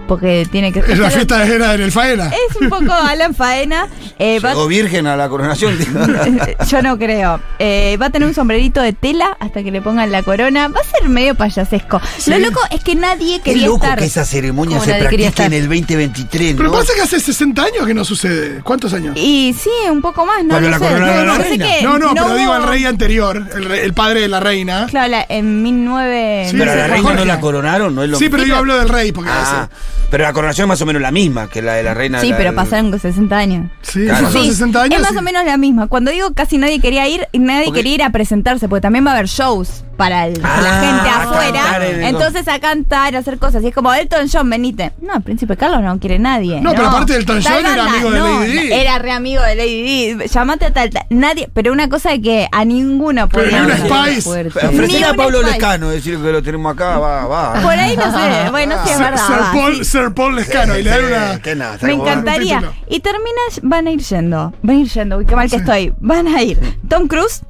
[SPEAKER 2] Porque tiene que
[SPEAKER 4] Es la fiesta de era en el Faena.
[SPEAKER 2] Es un poco Alan Faena. eh, va-
[SPEAKER 3] Llegó virgen a la coronación. digo.
[SPEAKER 2] yo no creo. Eh, va a tener un sombrerito de tela hasta que le pongan la corona. Va a ser medio payasesco. Lo loco es que nadie
[SPEAKER 3] Qué
[SPEAKER 2] quería
[SPEAKER 3] loco
[SPEAKER 2] estar.
[SPEAKER 3] que esa ceremonia
[SPEAKER 1] Como
[SPEAKER 3] se
[SPEAKER 1] nadie
[SPEAKER 3] practique
[SPEAKER 1] quería estar.
[SPEAKER 3] en el 2023,
[SPEAKER 4] Pero
[SPEAKER 3] ¿no?
[SPEAKER 4] pasa que hace 60 años que no sucede. ¿Cuántos años?
[SPEAKER 2] Y sí, un poco más, ¿no?
[SPEAKER 3] Cuando
[SPEAKER 2] lo
[SPEAKER 3] la
[SPEAKER 2] sé.
[SPEAKER 3] coronaron a la
[SPEAKER 2] Parece
[SPEAKER 3] reina.
[SPEAKER 2] que
[SPEAKER 4] No, no, pero digo al
[SPEAKER 2] Eh, hubo-
[SPEAKER 4] rey anterior, el, re- el padre de la reina.
[SPEAKER 2] Claro, la- en 19...
[SPEAKER 4] Sí,
[SPEAKER 3] Pero a la
[SPEAKER 4] Jorge.
[SPEAKER 3] reina no la coronaron, ¿no es lo
[SPEAKER 4] Sí, pero
[SPEAKER 3] mismo?
[SPEAKER 4] yo hablo del rey, porque
[SPEAKER 3] Ah, pero la coronación es más o menos la misma que la de la reina.
[SPEAKER 2] Sí,
[SPEAKER 3] la-
[SPEAKER 2] pero pasaron 60 años.
[SPEAKER 4] sí,
[SPEAKER 3] Claro.
[SPEAKER 4] son
[SPEAKER 2] Sí,
[SPEAKER 4] 60 Ah, años.
[SPEAKER 2] Es más
[SPEAKER 4] sí.
[SPEAKER 2] o menos la misma. Cuando digo casi nadie quería ir, nadie
[SPEAKER 3] Ok.
[SPEAKER 2] quería ir a presentarse, porque también va a haber shows para el- para la
[SPEAKER 3] Ah,
[SPEAKER 2] gente
[SPEAKER 3] a
[SPEAKER 2] afuera.
[SPEAKER 3] cantar en el-
[SPEAKER 2] Entonces a cantar, a hacer cosas. Y es como Elton John, venite. No, el príncipe Carlos no quiere nadie.
[SPEAKER 4] No, pero aparte Elton
[SPEAKER 2] Tal
[SPEAKER 4] John era
[SPEAKER 2] banda,
[SPEAKER 4] amigo de
[SPEAKER 2] no,
[SPEAKER 4] Lady Di.
[SPEAKER 2] Era re amigo de Lady Di. Llamate a tal, tal. Nadie, pero una cosa de que a ninguno
[SPEAKER 4] Pero
[SPEAKER 2] podía
[SPEAKER 4] ni una
[SPEAKER 2] hablar.
[SPEAKER 4] Spice.
[SPEAKER 1] Fuerte.
[SPEAKER 3] Ofrecer
[SPEAKER 2] Ni
[SPEAKER 3] a
[SPEAKER 2] un
[SPEAKER 3] Pablo
[SPEAKER 2] espacio.
[SPEAKER 3] Lescano, decir que lo tenemos acá, va, va.
[SPEAKER 2] Por ahí no sé. Bueno, sí es
[SPEAKER 4] Sir,
[SPEAKER 2] verdad.
[SPEAKER 4] Sir
[SPEAKER 2] va,
[SPEAKER 4] Paul,
[SPEAKER 2] sí.
[SPEAKER 4] Sir Paul Lescano, y le dan una.
[SPEAKER 3] Que nada,
[SPEAKER 2] Me
[SPEAKER 3] está bueno.
[SPEAKER 2] encantaría.
[SPEAKER 4] título.
[SPEAKER 2] Y termina, van a ir yendo. Van a ir yendo. Uy, qué mal que estoy. Van a ir. Tom Cruise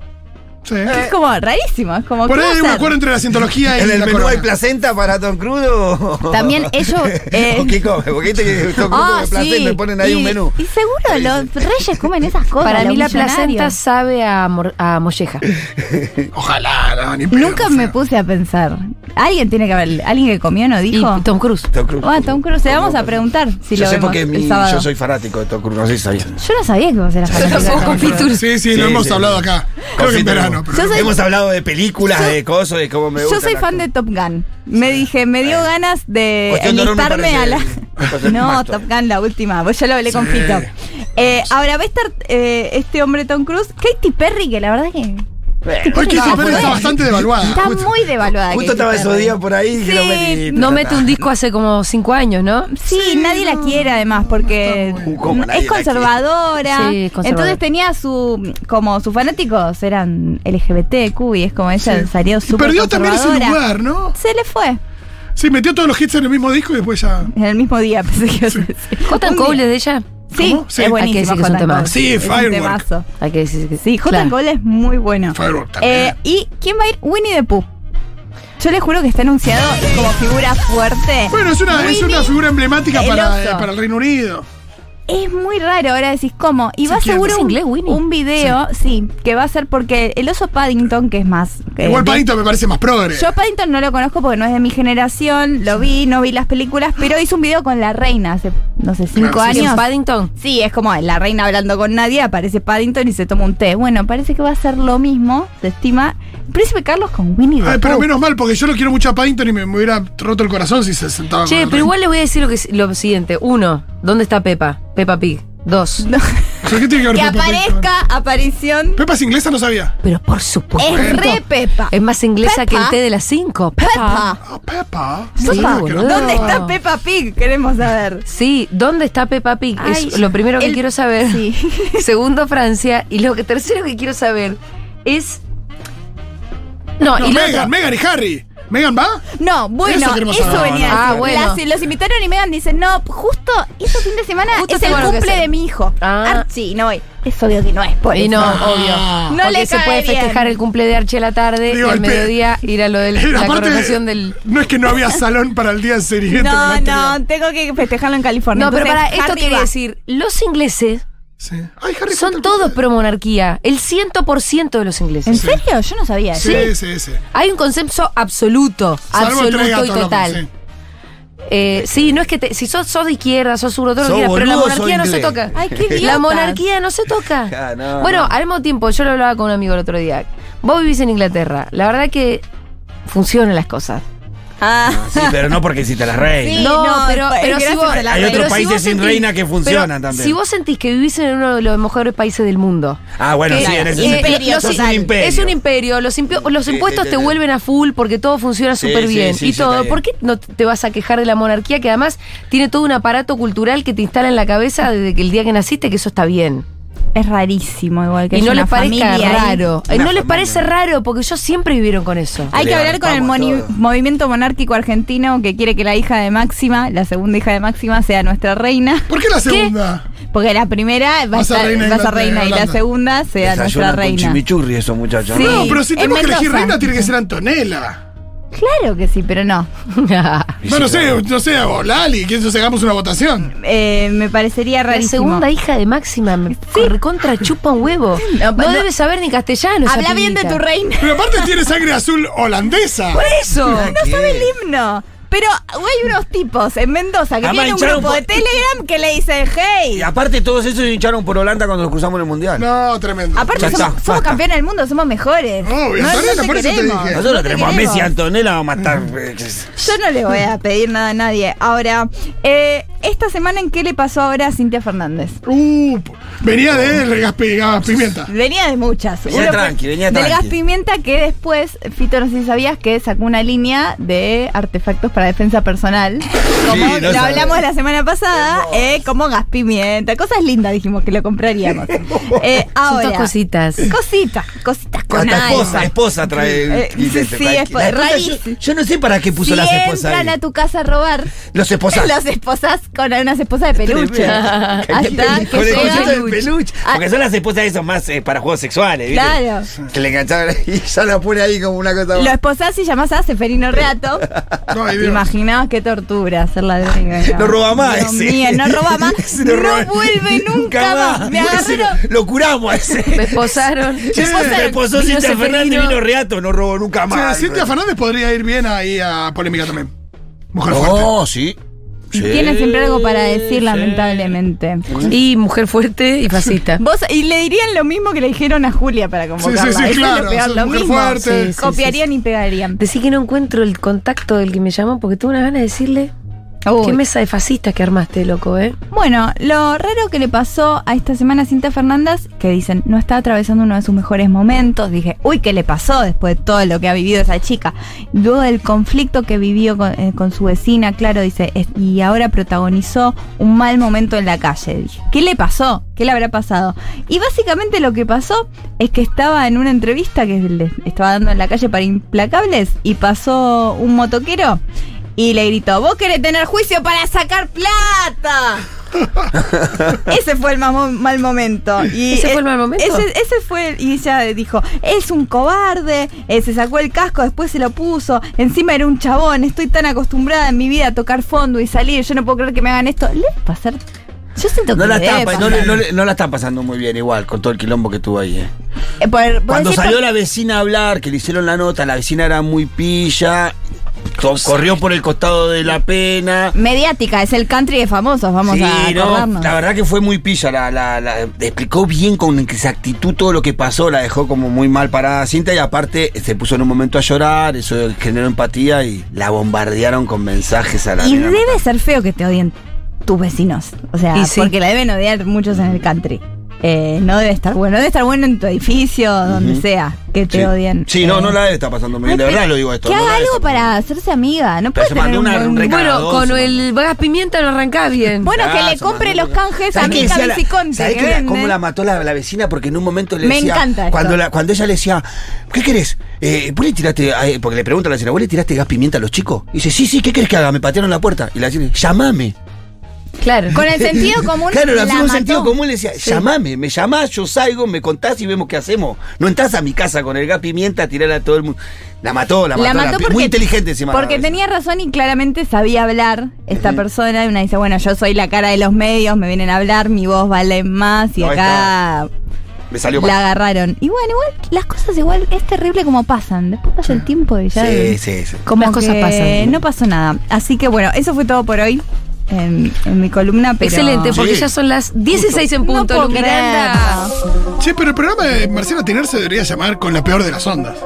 [SPEAKER 4] Sí.
[SPEAKER 3] Eh.
[SPEAKER 2] es como rarísimo. Es como.
[SPEAKER 4] Por
[SPEAKER 2] ¿qué
[SPEAKER 4] ahí
[SPEAKER 2] va a
[SPEAKER 4] hay un
[SPEAKER 2] hacer?
[SPEAKER 4] acuerdo entre la cientología y
[SPEAKER 3] ¿En el
[SPEAKER 4] la
[SPEAKER 3] menú hay
[SPEAKER 4] corona.
[SPEAKER 3] placenta para Tom Cruise o-
[SPEAKER 2] También ellos, eh,
[SPEAKER 3] ¿O qué come? Porque viste que Tom Cruise
[SPEAKER 2] Ah,
[SPEAKER 3] come placenta y
[SPEAKER 2] sí.
[SPEAKER 3] me ponen ahí
[SPEAKER 2] y,
[SPEAKER 3] un menú.
[SPEAKER 2] Y seguro los reyes comen esas cosas.
[SPEAKER 1] Para
[SPEAKER 2] los
[SPEAKER 1] mí la placenta
[SPEAKER 2] millonarios.
[SPEAKER 1] sabe a, mor- a molleja.
[SPEAKER 4] Ojalá, no, ni pedo,
[SPEAKER 2] Nunca
[SPEAKER 4] o sea.
[SPEAKER 2] me puse a pensar. Alguien tiene que haber. Alguien que comió no
[SPEAKER 1] Y
[SPEAKER 2] dijo.
[SPEAKER 1] Tom Cruise.
[SPEAKER 3] Tom Cruise.
[SPEAKER 2] Ah, Tom Cruise. Le vamos a preguntar si
[SPEAKER 3] yo
[SPEAKER 2] lo
[SPEAKER 3] sé
[SPEAKER 2] vemos
[SPEAKER 3] porque
[SPEAKER 2] el
[SPEAKER 3] mi-
[SPEAKER 2] sábado.
[SPEAKER 3] yo soy fanático de Tom Cruise, no sé si sabían.
[SPEAKER 2] Yo no sabía que vos eras fanático.
[SPEAKER 1] tampoco. Confitur.
[SPEAKER 4] Sí, sí,
[SPEAKER 3] Sí,
[SPEAKER 4] lo hemos
[SPEAKER 3] sí.
[SPEAKER 4] hablado acá. Creo que
[SPEAKER 3] Confío.
[SPEAKER 4] en verano. pero-
[SPEAKER 2] Yo soy-
[SPEAKER 3] Hemos hablado de películas, de cosas, de cómo me gusta.
[SPEAKER 2] Yo soy fan de Top Gun. Me dije, me dio ganas de
[SPEAKER 3] Cuestión de honor me
[SPEAKER 2] enlistarme a la.
[SPEAKER 3] parece.
[SPEAKER 2] No,
[SPEAKER 3] Más
[SPEAKER 2] Top
[SPEAKER 3] todavía.
[SPEAKER 2] Gun, la última. Pues ya lo hablé con
[SPEAKER 4] Sí.
[SPEAKER 2] Fito. Eh, ahora va a estar eh, este hombre Tom Cruise. Katy Perry, que la verdad que.
[SPEAKER 4] Hoy Kitty
[SPEAKER 2] No,
[SPEAKER 4] Pérez está
[SPEAKER 2] bueno.
[SPEAKER 4] bastante devaluada.
[SPEAKER 2] Está muy devaluada.
[SPEAKER 3] Justo
[SPEAKER 2] Katy
[SPEAKER 3] estaba esos
[SPEAKER 2] Perry.
[SPEAKER 3] días por ahí y dijeron, vení,
[SPEAKER 1] No
[SPEAKER 3] ta,
[SPEAKER 1] mete
[SPEAKER 3] ta.
[SPEAKER 1] un disco hace como cinco años, ¿no?
[SPEAKER 2] Sí, nadie la quiere además porque
[SPEAKER 3] muy- ¿Cómo nadie
[SPEAKER 2] es
[SPEAKER 3] la
[SPEAKER 2] conservadora.
[SPEAKER 1] quiere? Sí, es conservadora.
[SPEAKER 2] Entonces tenía su como sus fanáticos eran LGBTQ y es como ella salió
[SPEAKER 4] Y
[SPEAKER 2] súper
[SPEAKER 4] perdió también ese
[SPEAKER 2] conservadora.
[SPEAKER 4] lugar, ¿no?
[SPEAKER 2] Se le fue
[SPEAKER 4] Sí, metió todos los hits en el mismo disco y después ya.
[SPEAKER 2] en el mismo día, pensé que iba a decir.
[SPEAKER 1] J.
[SPEAKER 2] Un día.
[SPEAKER 1] Cole es de ella.
[SPEAKER 2] Sí,
[SPEAKER 4] ¿Cómo? Sí.
[SPEAKER 2] es
[SPEAKER 1] Hay que
[SPEAKER 2] buenísimo.
[SPEAKER 1] decir que es un
[SPEAKER 2] J.
[SPEAKER 1] tema.
[SPEAKER 2] Cole.
[SPEAKER 4] Sí,
[SPEAKER 2] Es un
[SPEAKER 4] Firework.
[SPEAKER 2] temazo.
[SPEAKER 1] Hay que decir que
[SPEAKER 2] Sí, J.
[SPEAKER 1] Claro.
[SPEAKER 2] Cole es muy bueno.
[SPEAKER 4] Firework
[SPEAKER 2] Eh,
[SPEAKER 4] también.
[SPEAKER 2] ¿Y quién va a ir? Winnie the Pooh. Yo les juro que está anunciado como figura fuerte.
[SPEAKER 4] Bueno, es una, es
[SPEAKER 2] Winnie
[SPEAKER 4] una figura emblemática
[SPEAKER 2] el
[SPEAKER 4] para,
[SPEAKER 2] oso.
[SPEAKER 4] eh, para el Reino Unido.
[SPEAKER 2] Es muy raro, ahora decís cómo. Y va
[SPEAKER 4] ¿quién?
[SPEAKER 2] seguro
[SPEAKER 1] ¿Es
[SPEAKER 2] un,
[SPEAKER 1] inglés, Winnie?
[SPEAKER 2] un video, sí. que va a ser porque el oso Paddington, que es más. eh,
[SPEAKER 4] Igual
[SPEAKER 2] de-
[SPEAKER 4] Paddington me parece más progre.
[SPEAKER 2] Yo Paddington no lo conozco porque no es de mi generación, lo vi, no vi las películas, pero hizo un video con la reina hace, no sé, cinco
[SPEAKER 4] Claro,
[SPEAKER 1] ¿Quién,
[SPEAKER 2] años.
[SPEAKER 1] Paddington?
[SPEAKER 2] Sí, es como la reina hablando con nadie, aparece Paddington y se toma un té. Bueno, parece que va a ser lo mismo, se estima. Príncipe Carlos con Winnie the
[SPEAKER 4] Ay, pero
[SPEAKER 1] Uh.
[SPEAKER 2] Pooh.
[SPEAKER 4] menos mal, porque yo lo quiero mucho a Paddington y me, me hubiera roto el corazón si se sentaba. con
[SPEAKER 1] Che,
[SPEAKER 4] el
[SPEAKER 1] pero
[SPEAKER 4] rey.
[SPEAKER 1] igual les voy a decir lo, que, lo siguiente. Uno, ¿dónde está Pepa? Pepa Pig. Dos.
[SPEAKER 4] ¿Pero qué tiene que ver
[SPEAKER 2] Que
[SPEAKER 4] Peppa Pig con-
[SPEAKER 2] aparezca aparición.
[SPEAKER 4] Peppa es inglesa, no sabía.
[SPEAKER 1] Pero por supuesto.
[SPEAKER 2] Es re Pepa.
[SPEAKER 1] Es más inglesa que el
[SPEAKER 2] Peppa.
[SPEAKER 1] té de las cinco. Peppa.
[SPEAKER 2] Pepa.
[SPEAKER 4] Ah, Peppa.
[SPEAKER 1] Sí,
[SPEAKER 4] Sabía que
[SPEAKER 1] boludo.
[SPEAKER 4] era-
[SPEAKER 2] ¿Dónde está Peppa Pig? Queremos saber.
[SPEAKER 1] Sí, ¿dónde está Peppa Pig? es
[SPEAKER 2] Ay,
[SPEAKER 1] lo primero que
[SPEAKER 2] el-
[SPEAKER 1] quiero saber.
[SPEAKER 2] sí.
[SPEAKER 1] Segundo, Francia. Y lo que tercero que quiero saber es. No,
[SPEAKER 4] No,
[SPEAKER 1] y lo
[SPEAKER 4] Megan,
[SPEAKER 1] otro-
[SPEAKER 4] Megan y Harry. ¿Megan va?
[SPEAKER 2] No, bueno,
[SPEAKER 4] Eso
[SPEAKER 2] eso,
[SPEAKER 4] queremos saber.
[SPEAKER 2] venía. a
[SPEAKER 1] Ah,
[SPEAKER 2] decir.
[SPEAKER 1] bueno.
[SPEAKER 2] Las- los invitaron y Megan dice, no, justo este fin de semana
[SPEAKER 1] Justo
[SPEAKER 2] es
[SPEAKER 1] tengo
[SPEAKER 2] el
[SPEAKER 1] algo que
[SPEAKER 2] cumple
[SPEAKER 1] hacer".
[SPEAKER 2] de mi hijo.
[SPEAKER 1] Ah.
[SPEAKER 2] Archie, no voy. Es obvio que no es por
[SPEAKER 1] Y
[SPEAKER 2] eso.
[SPEAKER 1] no,
[SPEAKER 4] Ah.
[SPEAKER 1] obvio.
[SPEAKER 2] No
[SPEAKER 1] porque
[SPEAKER 2] le
[SPEAKER 1] se
[SPEAKER 2] cae
[SPEAKER 1] puede festejar
[SPEAKER 2] bien.
[SPEAKER 1] el cumple de Archie a la tarde
[SPEAKER 4] Digo,
[SPEAKER 1] y al
[SPEAKER 4] el pe-
[SPEAKER 1] mediodía ir a lo de la
[SPEAKER 4] Eh, Aparte,
[SPEAKER 1] coronación del.
[SPEAKER 4] No es que no había salón para el día de serie.
[SPEAKER 2] No, no, tengo que festejarlo en California.
[SPEAKER 1] No, pero
[SPEAKER 2] Entonces,
[SPEAKER 1] para esto
[SPEAKER 2] Harry
[SPEAKER 1] quería
[SPEAKER 2] va.
[SPEAKER 1] decir: los ingleses
[SPEAKER 4] Sí. Ay, Harry
[SPEAKER 1] son
[SPEAKER 4] Potter.
[SPEAKER 1] todos pro monarquía. El 100% de los
[SPEAKER 2] ¿En
[SPEAKER 1] ingleses.
[SPEAKER 2] serio? Yo no sabía eso.
[SPEAKER 4] Sí, sí, sí.
[SPEAKER 1] Hay un concepto absoluto,
[SPEAKER 4] Salvo tres
[SPEAKER 1] absoluto y
[SPEAKER 4] gatos locos,
[SPEAKER 1] total.
[SPEAKER 4] sí.
[SPEAKER 1] Eh, sí, no es que te- si sos, sos de izquierda, sos zurdo, todo lo
[SPEAKER 3] Sos
[SPEAKER 1] que quieras, pero la
[SPEAKER 3] boludo, sos
[SPEAKER 1] monarquía no se
[SPEAKER 3] inglés.
[SPEAKER 1] toca.
[SPEAKER 2] Ay, qué
[SPEAKER 1] La
[SPEAKER 2] idiotas.
[SPEAKER 1] monarquía no se toca.
[SPEAKER 3] Ah, no,
[SPEAKER 1] bueno,
[SPEAKER 3] no.
[SPEAKER 1] al mismo tiempo, yo lo hablaba con un amigo el otro día. Vos vivís en Inglaterra. La verdad que funcionan las cosas.
[SPEAKER 2] Ah.
[SPEAKER 3] Sí, pero no porque hiciste la reina.
[SPEAKER 2] Sí,
[SPEAKER 1] no,
[SPEAKER 2] no,
[SPEAKER 1] pero,
[SPEAKER 2] es
[SPEAKER 1] pero si
[SPEAKER 2] gracias
[SPEAKER 1] vos,
[SPEAKER 2] a la
[SPEAKER 3] Hay
[SPEAKER 1] pero
[SPEAKER 3] otros
[SPEAKER 1] si
[SPEAKER 3] países
[SPEAKER 1] vos
[SPEAKER 3] sin
[SPEAKER 1] sentís-
[SPEAKER 3] reina que funcionan
[SPEAKER 1] pero
[SPEAKER 3] también.
[SPEAKER 1] Si vos sentís que vivís en uno de los mejores países del mundo.
[SPEAKER 3] Ah, bueno,
[SPEAKER 1] que-
[SPEAKER 3] sí, en ese
[SPEAKER 1] eh,
[SPEAKER 3] sentido.
[SPEAKER 2] imperio
[SPEAKER 1] los-
[SPEAKER 3] Sos un imperio.
[SPEAKER 1] Es un imperio. Los, impi- los
[SPEAKER 3] Sí,
[SPEAKER 1] impuestos
[SPEAKER 3] sí,
[SPEAKER 1] te
[SPEAKER 3] sí,
[SPEAKER 1] vuelven a full porque todo funciona
[SPEAKER 3] Sí,
[SPEAKER 1] súper
[SPEAKER 3] sí,
[SPEAKER 1] bien.
[SPEAKER 3] sí,
[SPEAKER 1] y
[SPEAKER 3] sí, está
[SPEAKER 1] todo.
[SPEAKER 3] bien.
[SPEAKER 1] ¿Por qué no te vas a quejar de la monarquía que además tiene todo un aparato cultural que te instala en la cabeza desde que el día que naciste que eso está bien?
[SPEAKER 2] Es rarísimo igual que
[SPEAKER 1] y
[SPEAKER 2] haya
[SPEAKER 1] no les
[SPEAKER 2] una
[SPEAKER 1] parezca
[SPEAKER 2] familia ahí.
[SPEAKER 1] raro. Eh,
[SPEAKER 3] Una
[SPEAKER 1] no les
[SPEAKER 3] familia.
[SPEAKER 1] parece raro porque ellos siempre vivieron con eso.
[SPEAKER 2] Hay que
[SPEAKER 3] Le
[SPEAKER 2] hablar con el
[SPEAKER 3] bancamos
[SPEAKER 2] moni-
[SPEAKER 3] todo.
[SPEAKER 2] movimiento monárquico argentino que quiere que la hija de Máxima, la segunda hija de Máxima, sea nuestra reina.
[SPEAKER 4] ¿Por qué la segunda?
[SPEAKER 2] Porque la primera va a
[SPEAKER 4] ser
[SPEAKER 2] estar-
[SPEAKER 4] reina
[SPEAKER 2] va a
[SPEAKER 4] de
[SPEAKER 2] ser reina y la
[SPEAKER 4] Holanda.
[SPEAKER 2] segunda sea nuestra
[SPEAKER 3] Desayunan con
[SPEAKER 2] reina.
[SPEAKER 3] chimichurri esos muchachos.
[SPEAKER 2] Sí.
[SPEAKER 4] No, pero si
[SPEAKER 2] en
[SPEAKER 4] tenemos que elegir
[SPEAKER 2] Mendoza.
[SPEAKER 4] reina, tiene que ser Antonella.
[SPEAKER 2] Claro que sí, pero no.
[SPEAKER 1] la
[SPEAKER 3] Y
[SPEAKER 4] No,
[SPEAKER 3] sí,
[SPEAKER 4] no sé,
[SPEAKER 3] claro.
[SPEAKER 4] no sé, o Lali, que eso hagamos una votación.
[SPEAKER 2] Eh, me parecería rarísimo.
[SPEAKER 1] segunda hija de Máxima me recontra chupa un huevo. No,
[SPEAKER 2] No, no.
[SPEAKER 1] debe saber ni castellano. esa
[SPEAKER 2] Habla bien de
[SPEAKER 1] pibita.
[SPEAKER 2] tu reina.
[SPEAKER 4] Pero aparte tiene sangre azul holandesa.
[SPEAKER 1] Eso.
[SPEAKER 2] No sabe el himno. Pero hay unos tipos en Mendoza que
[SPEAKER 3] Además,
[SPEAKER 2] tienen un
[SPEAKER 3] hincharon
[SPEAKER 2] grupo de
[SPEAKER 3] por-
[SPEAKER 2] Telegram que le dicen, hey.
[SPEAKER 3] Y aparte todos esos hincharon por Holanda cuando nos cruzamos en el Mundial.
[SPEAKER 4] No, tremendo.
[SPEAKER 2] Aparte
[SPEAKER 3] Ya está,
[SPEAKER 2] somos, somos
[SPEAKER 3] basta.
[SPEAKER 2] campeones del mundo, somos mejores.
[SPEAKER 4] Obvio, Antonella, por eso te dije.
[SPEAKER 3] Nosotros
[SPEAKER 2] no te
[SPEAKER 3] tenemos a
[SPEAKER 2] queremos.
[SPEAKER 3] Messi y Antonella a matar. eh, que-
[SPEAKER 2] Yo no le voy a pedir nada a nadie. Ahora, eh, esta semana en qué le pasó ahora a Cintia Fernández.
[SPEAKER 4] Uh, venía de él, gas, pi- gas pimienta.
[SPEAKER 2] Venía de muchas.
[SPEAKER 3] Venía
[SPEAKER 2] Uno
[SPEAKER 3] tranqui,
[SPEAKER 2] fue-
[SPEAKER 3] venía
[SPEAKER 2] Del
[SPEAKER 3] tranqui.
[SPEAKER 2] gas pimienta que después, Fito, no sé si sabías que sacó una línea de artefactos para defensa personal. Como
[SPEAKER 3] no
[SPEAKER 2] lo
[SPEAKER 3] sabía.
[SPEAKER 2] hablamos la semana pasada, eh, como gas pimienta. Cosas lindas dijimos que lo compraríamos. Eh,
[SPEAKER 1] Son todas
[SPEAKER 2] ahora.
[SPEAKER 1] cositas.
[SPEAKER 2] Cositas, cositas con
[SPEAKER 3] Hasta
[SPEAKER 2] algo.
[SPEAKER 3] esposa, esposa trae.
[SPEAKER 2] Eh, sí,
[SPEAKER 3] y-
[SPEAKER 2] sí,
[SPEAKER 3] tranqui.
[SPEAKER 2] esposa,
[SPEAKER 3] La esposa,
[SPEAKER 2] rarísimo.
[SPEAKER 3] yo, yo no sé para qué puso
[SPEAKER 2] Si
[SPEAKER 3] las esposas.
[SPEAKER 2] entran
[SPEAKER 3] ahí.
[SPEAKER 2] a tu casa a robar,
[SPEAKER 3] Los esposas.
[SPEAKER 2] los esposas con unas esposas de peluche.
[SPEAKER 3] Tremendo.
[SPEAKER 2] Hasta que
[SPEAKER 3] Con el
[SPEAKER 2] llegan-
[SPEAKER 3] cosito de peluche.
[SPEAKER 2] Ah.
[SPEAKER 3] Porque son las esposas esas más eh, para juegos sexuales, ¿viste?
[SPEAKER 2] Claro.
[SPEAKER 3] Que le engancharon y ya la pone ahí como una cosa.
[SPEAKER 2] Lo
[SPEAKER 3] más.
[SPEAKER 2] esposás y llamás a Seferino Reato.
[SPEAKER 4] No, ay,
[SPEAKER 2] ¿Te
[SPEAKER 4] Dios.
[SPEAKER 2] imaginabas qué tortura hacer la
[SPEAKER 3] No roba más
[SPEAKER 2] Dios
[SPEAKER 3] ese.
[SPEAKER 2] mío, no roba más.
[SPEAKER 3] Ese
[SPEAKER 2] no
[SPEAKER 3] roba-
[SPEAKER 2] vuelve nunca más. Me
[SPEAKER 3] Ese
[SPEAKER 2] agarraron.
[SPEAKER 3] lo- Lo curamos a ese.
[SPEAKER 1] Me esposaron.
[SPEAKER 3] Che, Me esposó
[SPEAKER 1] Vino
[SPEAKER 3] Cintia Fernández
[SPEAKER 1] Seferino.
[SPEAKER 3] vino Reato, no robó nunca
[SPEAKER 4] Sí,
[SPEAKER 3] más.
[SPEAKER 4] Cintia Fernández podría ir bien ahí a polémica también. Mujer fuerte.
[SPEAKER 3] No, Oh, sí. Sí.
[SPEAKER 2] Tiene siempre algo para decir, lamentablemente.
[SPEAKER 1] Y mujer fuerte y pasita.
[SPEAKER 2] Vos, y le dirían lo mismo que le dijeron a Julia para convocarla.
[SPEAKER 4] Sí, sí, sí,
[SPEAKER 2] Eso es
[SPEAKER 4] claro,
[SPEAKER 2] lo peor,
[SPEAKER 4] sos
[SPEAKER 2] lo
[SPEAKER 4] mujer
[SPEAKER 2] mismo.
[SPEAKER 4] fuerte.
[SPEAKER 1] Sí, sí,
[SPEAKER 2] Copiarían y pegarían.
[SPEAKER 1] Decí que no encuentro el contacto del que me llamó porque tuve una gana de decirle qué
[SPEAKER 2] Uy.
[SPEAKER 1] mesa de fascistas que armaste, loco, ¿eh?
[SPEAKER 2] Bueno, lo raro que le pasó a esta semana a Cinta Fernández, que dicen, no está atravesando uno de sus mejores momentos. Dije, uy, ¿qué le pasó después de todo lo que ha vivido esa chica? Luego del conflicto que vivió con, eh, con su vecina, claro, dice, "es- y ahora protagonizó un mal momento en la calle. Dije, ¿qué le pasó? ¿Qué le habrá pasado? Y básicamente lo que pasó es que estaba en una entrevista que le estaba dando en la calle para Implacables y pasó un motoquero. Y le gritó, vos querés tener juicio para sacar plata. Ese fue el ma- mal momento. Y
[SPEAKER 1] ¿Ese fue el
[SPEAKER 2] eh,
[SPEAKER 1] mal momento?
[SPEAKER 2] Ese, ese fue, el- y ella dijo, es un cobarde, eh, se sacó el casco, después se lo puso, encima era un chabón, estoy tan acostumbrada en mi vida a tocar fondo y salir, yo no puedo creer que me hagan esto. Le debe pasar... Yo siento que
[SPEAKER 3] No la,
[SPEAKER 2] le debe
[SPEAKER 3] está, no,
[SPEAKER 2] pasar.
[SPEAKER 3] le- no le- no la está pasando muy bien igual con todo el quilombo que tuvo ahí. eh.
[SPEAKER 2] Eh, por- por
[SPEAKER 3] Cuando
[SPEAKER 2] decir, por-
[SPEAKER 3] salió la vecina a hablar, que le hicieron la nota, la vecina era muy pilla, co- corrió por el costado de la pena.
[SPEAKER 2] Mediática, es el country de famosos, vamos
[SPEAKER 3] Sí,
[SPEAKER 2] a
[SPEAKER 3] no,
[SPEAKER 2] acordarnos.
[SPEAKER 3] la verdad que fue muy pilla, la, la- la- explicó bien con exactitud todo lo que pasó, la dejó como muy mal parada Cinta y aparte se puso en un momento a llorar, eso generó empatía y la bombardearon con mensajes a la
[SPEAKER 2] Y
[SPEAKER 3] nena.
[SPEAKER 2] debe ser feo que te odien tus vecinos. O sea,
[SPEAKER 1] Y sí.
[SPEAKER 2] porque la deben odiar muchos en el country. Eh, no debe estar bueno. Debe estar bueno en tu edificio, donde sea, que te
[SPEAKER 3] Sí.
[SPEAKER 2] odien.
[SPEAKER 3] Sí, no,
[SPEAKER 2] Eh,
[SPEAKER 3] no la debe estar pasando muy bien. De
[SPEAKER 2] ay,
[SPEAKER 3] verdad
[SPEAKER 2] pero
[SPEAKER 3] lo digo esto.
[SPEAKER 2] Que
[SPEAKER 3] no la
[SPEAKER 2] haga
[SPEAKER 3] debe
[SPEAKER 2] algo
[SPEAKER 3] estar pasando
[SPEAKER 2] para hacerse amiga. No
[SPEAKER 3] Pero
[SPEAKER 2] puede
[SPEAKER 3] se
[SPEAKER 2] tener
[SPEAKER 3] mandó
[SPEAKER 2] un,
[SPEAKER 3] una-
[SPEAKER 2] buen-
[SPEAKER 3] un recado.
[SPEAKER 1] Bueno,
[SPEAKER 3] Cagadoso,
[SPEAKER 1] con
[SPEAKER 3] mamá.
[SPEAKER 1] el gas pimienta no arrancá bien.
[SPEAKER 2] Bueno, que
[SPEAKER 3] Ah,
[SPEAKER 2] le
[SPEAKER 3] se
[SPEAKER 2] compre
[SPEAKER 3] mandó
[SPEAKER 2] los
[SPEAKER 3] bien.
[SPEAKER 2] canjes a
[SPEAKER 3] ¿Sabés qué
[SPEAKER 2] mi
[SPEAKER 3] decía la-
[SPEAKER 2] Viciconte
[SPEAKER 3] ¿Sabés
[SPEAKER 2] que
[SPEAKER 3] que la- cómo
[SPEAKER 2] vende.
[SPEAKER 3] la mató la, la vecina? Porque en un momento le
[SPEAKER 2] Me
[SPEAKER 3] decía.
[SPEAKER 2] encanta esto.
[SPEAKER 3] Cuando, la- cuando ella le decía, ¿qué querés? Eh, ¿Vos le tiraste.? eh, porque le pregunta a la señora, ¿vos le tiraste gas pimienta a los chicos? Y dice, sí, sí, ¿qué querés que haga? Me patearon la puerta. Y la dice, llamame.
[SPEAKER 1] Claro.
[SPEAKER 2] Con el sentido común.
[SPEAKER 3] Claro,
[SPEAKER 2] la
[SPEAKER 3] la, firma en
[SPEAKER 2] mató.
[SPEAKER 3] sentido común le decía, llamame, me llamás, yo salgo, me contás y vemos qué hacemos. No entras a mi casa con el gas pimienta a tirar a todo el mundo. La mató, la mató.
[SPEAKER 2] La mató
[SPEAKER 3] pi-
[SPEAKER 2] porque,
[SPEAKER 3] muy inteligente encima.
[SPEAKER 2] Porque
[SPEAKER 3] la-
[SPEAKER 2] tenía razón y claramente sabía hablar esta persona. Y una dice, bueno, yo soy la cara de los medios, me vienen a hablar, mi voz vale más y
[SPEAKER 3] No,
[SPEAKER 2] acá
[SPEAKER 3] Me
[SPEAKER 2] la
[SPEAKER 3] salió mal.
[SPEAKER 2] agarraron. Y bueno, igual las cosas igual es terrible como pasan. Después pasa
[SPEAKER 4] Mm.
[SPEAKER 2] el tiempo y ya...
[SPEAKER 3] Sí, sí, sí.
[SPEAKER 2] Como
[SPEAKER 1] Las cosas
[SPEAKER 2] que
[SPEAKER 1] pasan.
[SPEAKER 2] No pasó nada. Así que bueno, eso fue todo por hoy en, en mi columna. pero-
[SPEAKER 1] Excelente, porque
[SPEAKER 3] Sí.
[SPEAKER 1] ya son las 16 en
[SPEAKER 2] No
[SPEAKER 1] punto,
[SPEAKER 2] puedo
[SPEAKER 1] Lu
[SPEAKER 2] creer.
[SPEAKER 1] Miranda.
[SPEAKER 4] Che, pero el programa de Marcelo Tiner se debería llamar con la peor de las ondas.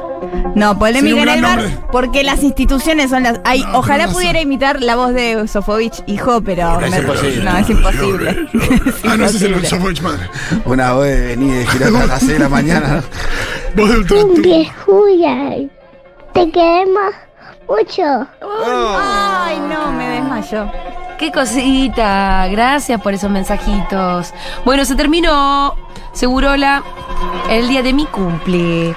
[SPEAKER 2] No, polémica
[SPEAKER 4] Sería
[SPEAKER 2] en
[SPEAKER 4] un
[SPEAKER 2] el
[SPEAKER 4] gran
[SPEAKER 2] bar
[SPEAKER 4] nombre.
[SPEAKER 2] porque las instituciones son las. Ay,
[SPEAKER 4] No, pero
[SPEAKER 2] ojalá
[SPEAKER 4] no
[SPEAKER 2] pudiera
[SPEAKER 4] sé.
[SPEAKER 2] imitar la voz de Sofovich, hijo, pero.
[SPEAKER 3] No, es
[SPEAKER 2] me-
[SPEAKER 3] imposible.
[SPEAKER 2] No, es imposible.
[SPEAKER 4] Ah, no, ese es el
[SPEAKER 2] Imposible.
[SPEAKER 4] Sofovich madre.
[SPEAKER 3] Una vez de venir de girar a las 6 de la mañana.
[SPEAKER 4] Vos de
[SPEAKER 5] Tú,
[SPEAKER 4] Ultratumba.
[SPEAKER 5] viejuya, te queremos mucho.
[SPEAKER 2] Ay, no, me desmayo.
[SPEAKER 1] Qué cosita. Gracias por esos mensajitos. Bueno, se terminó. Segurola. El día de mi cumple.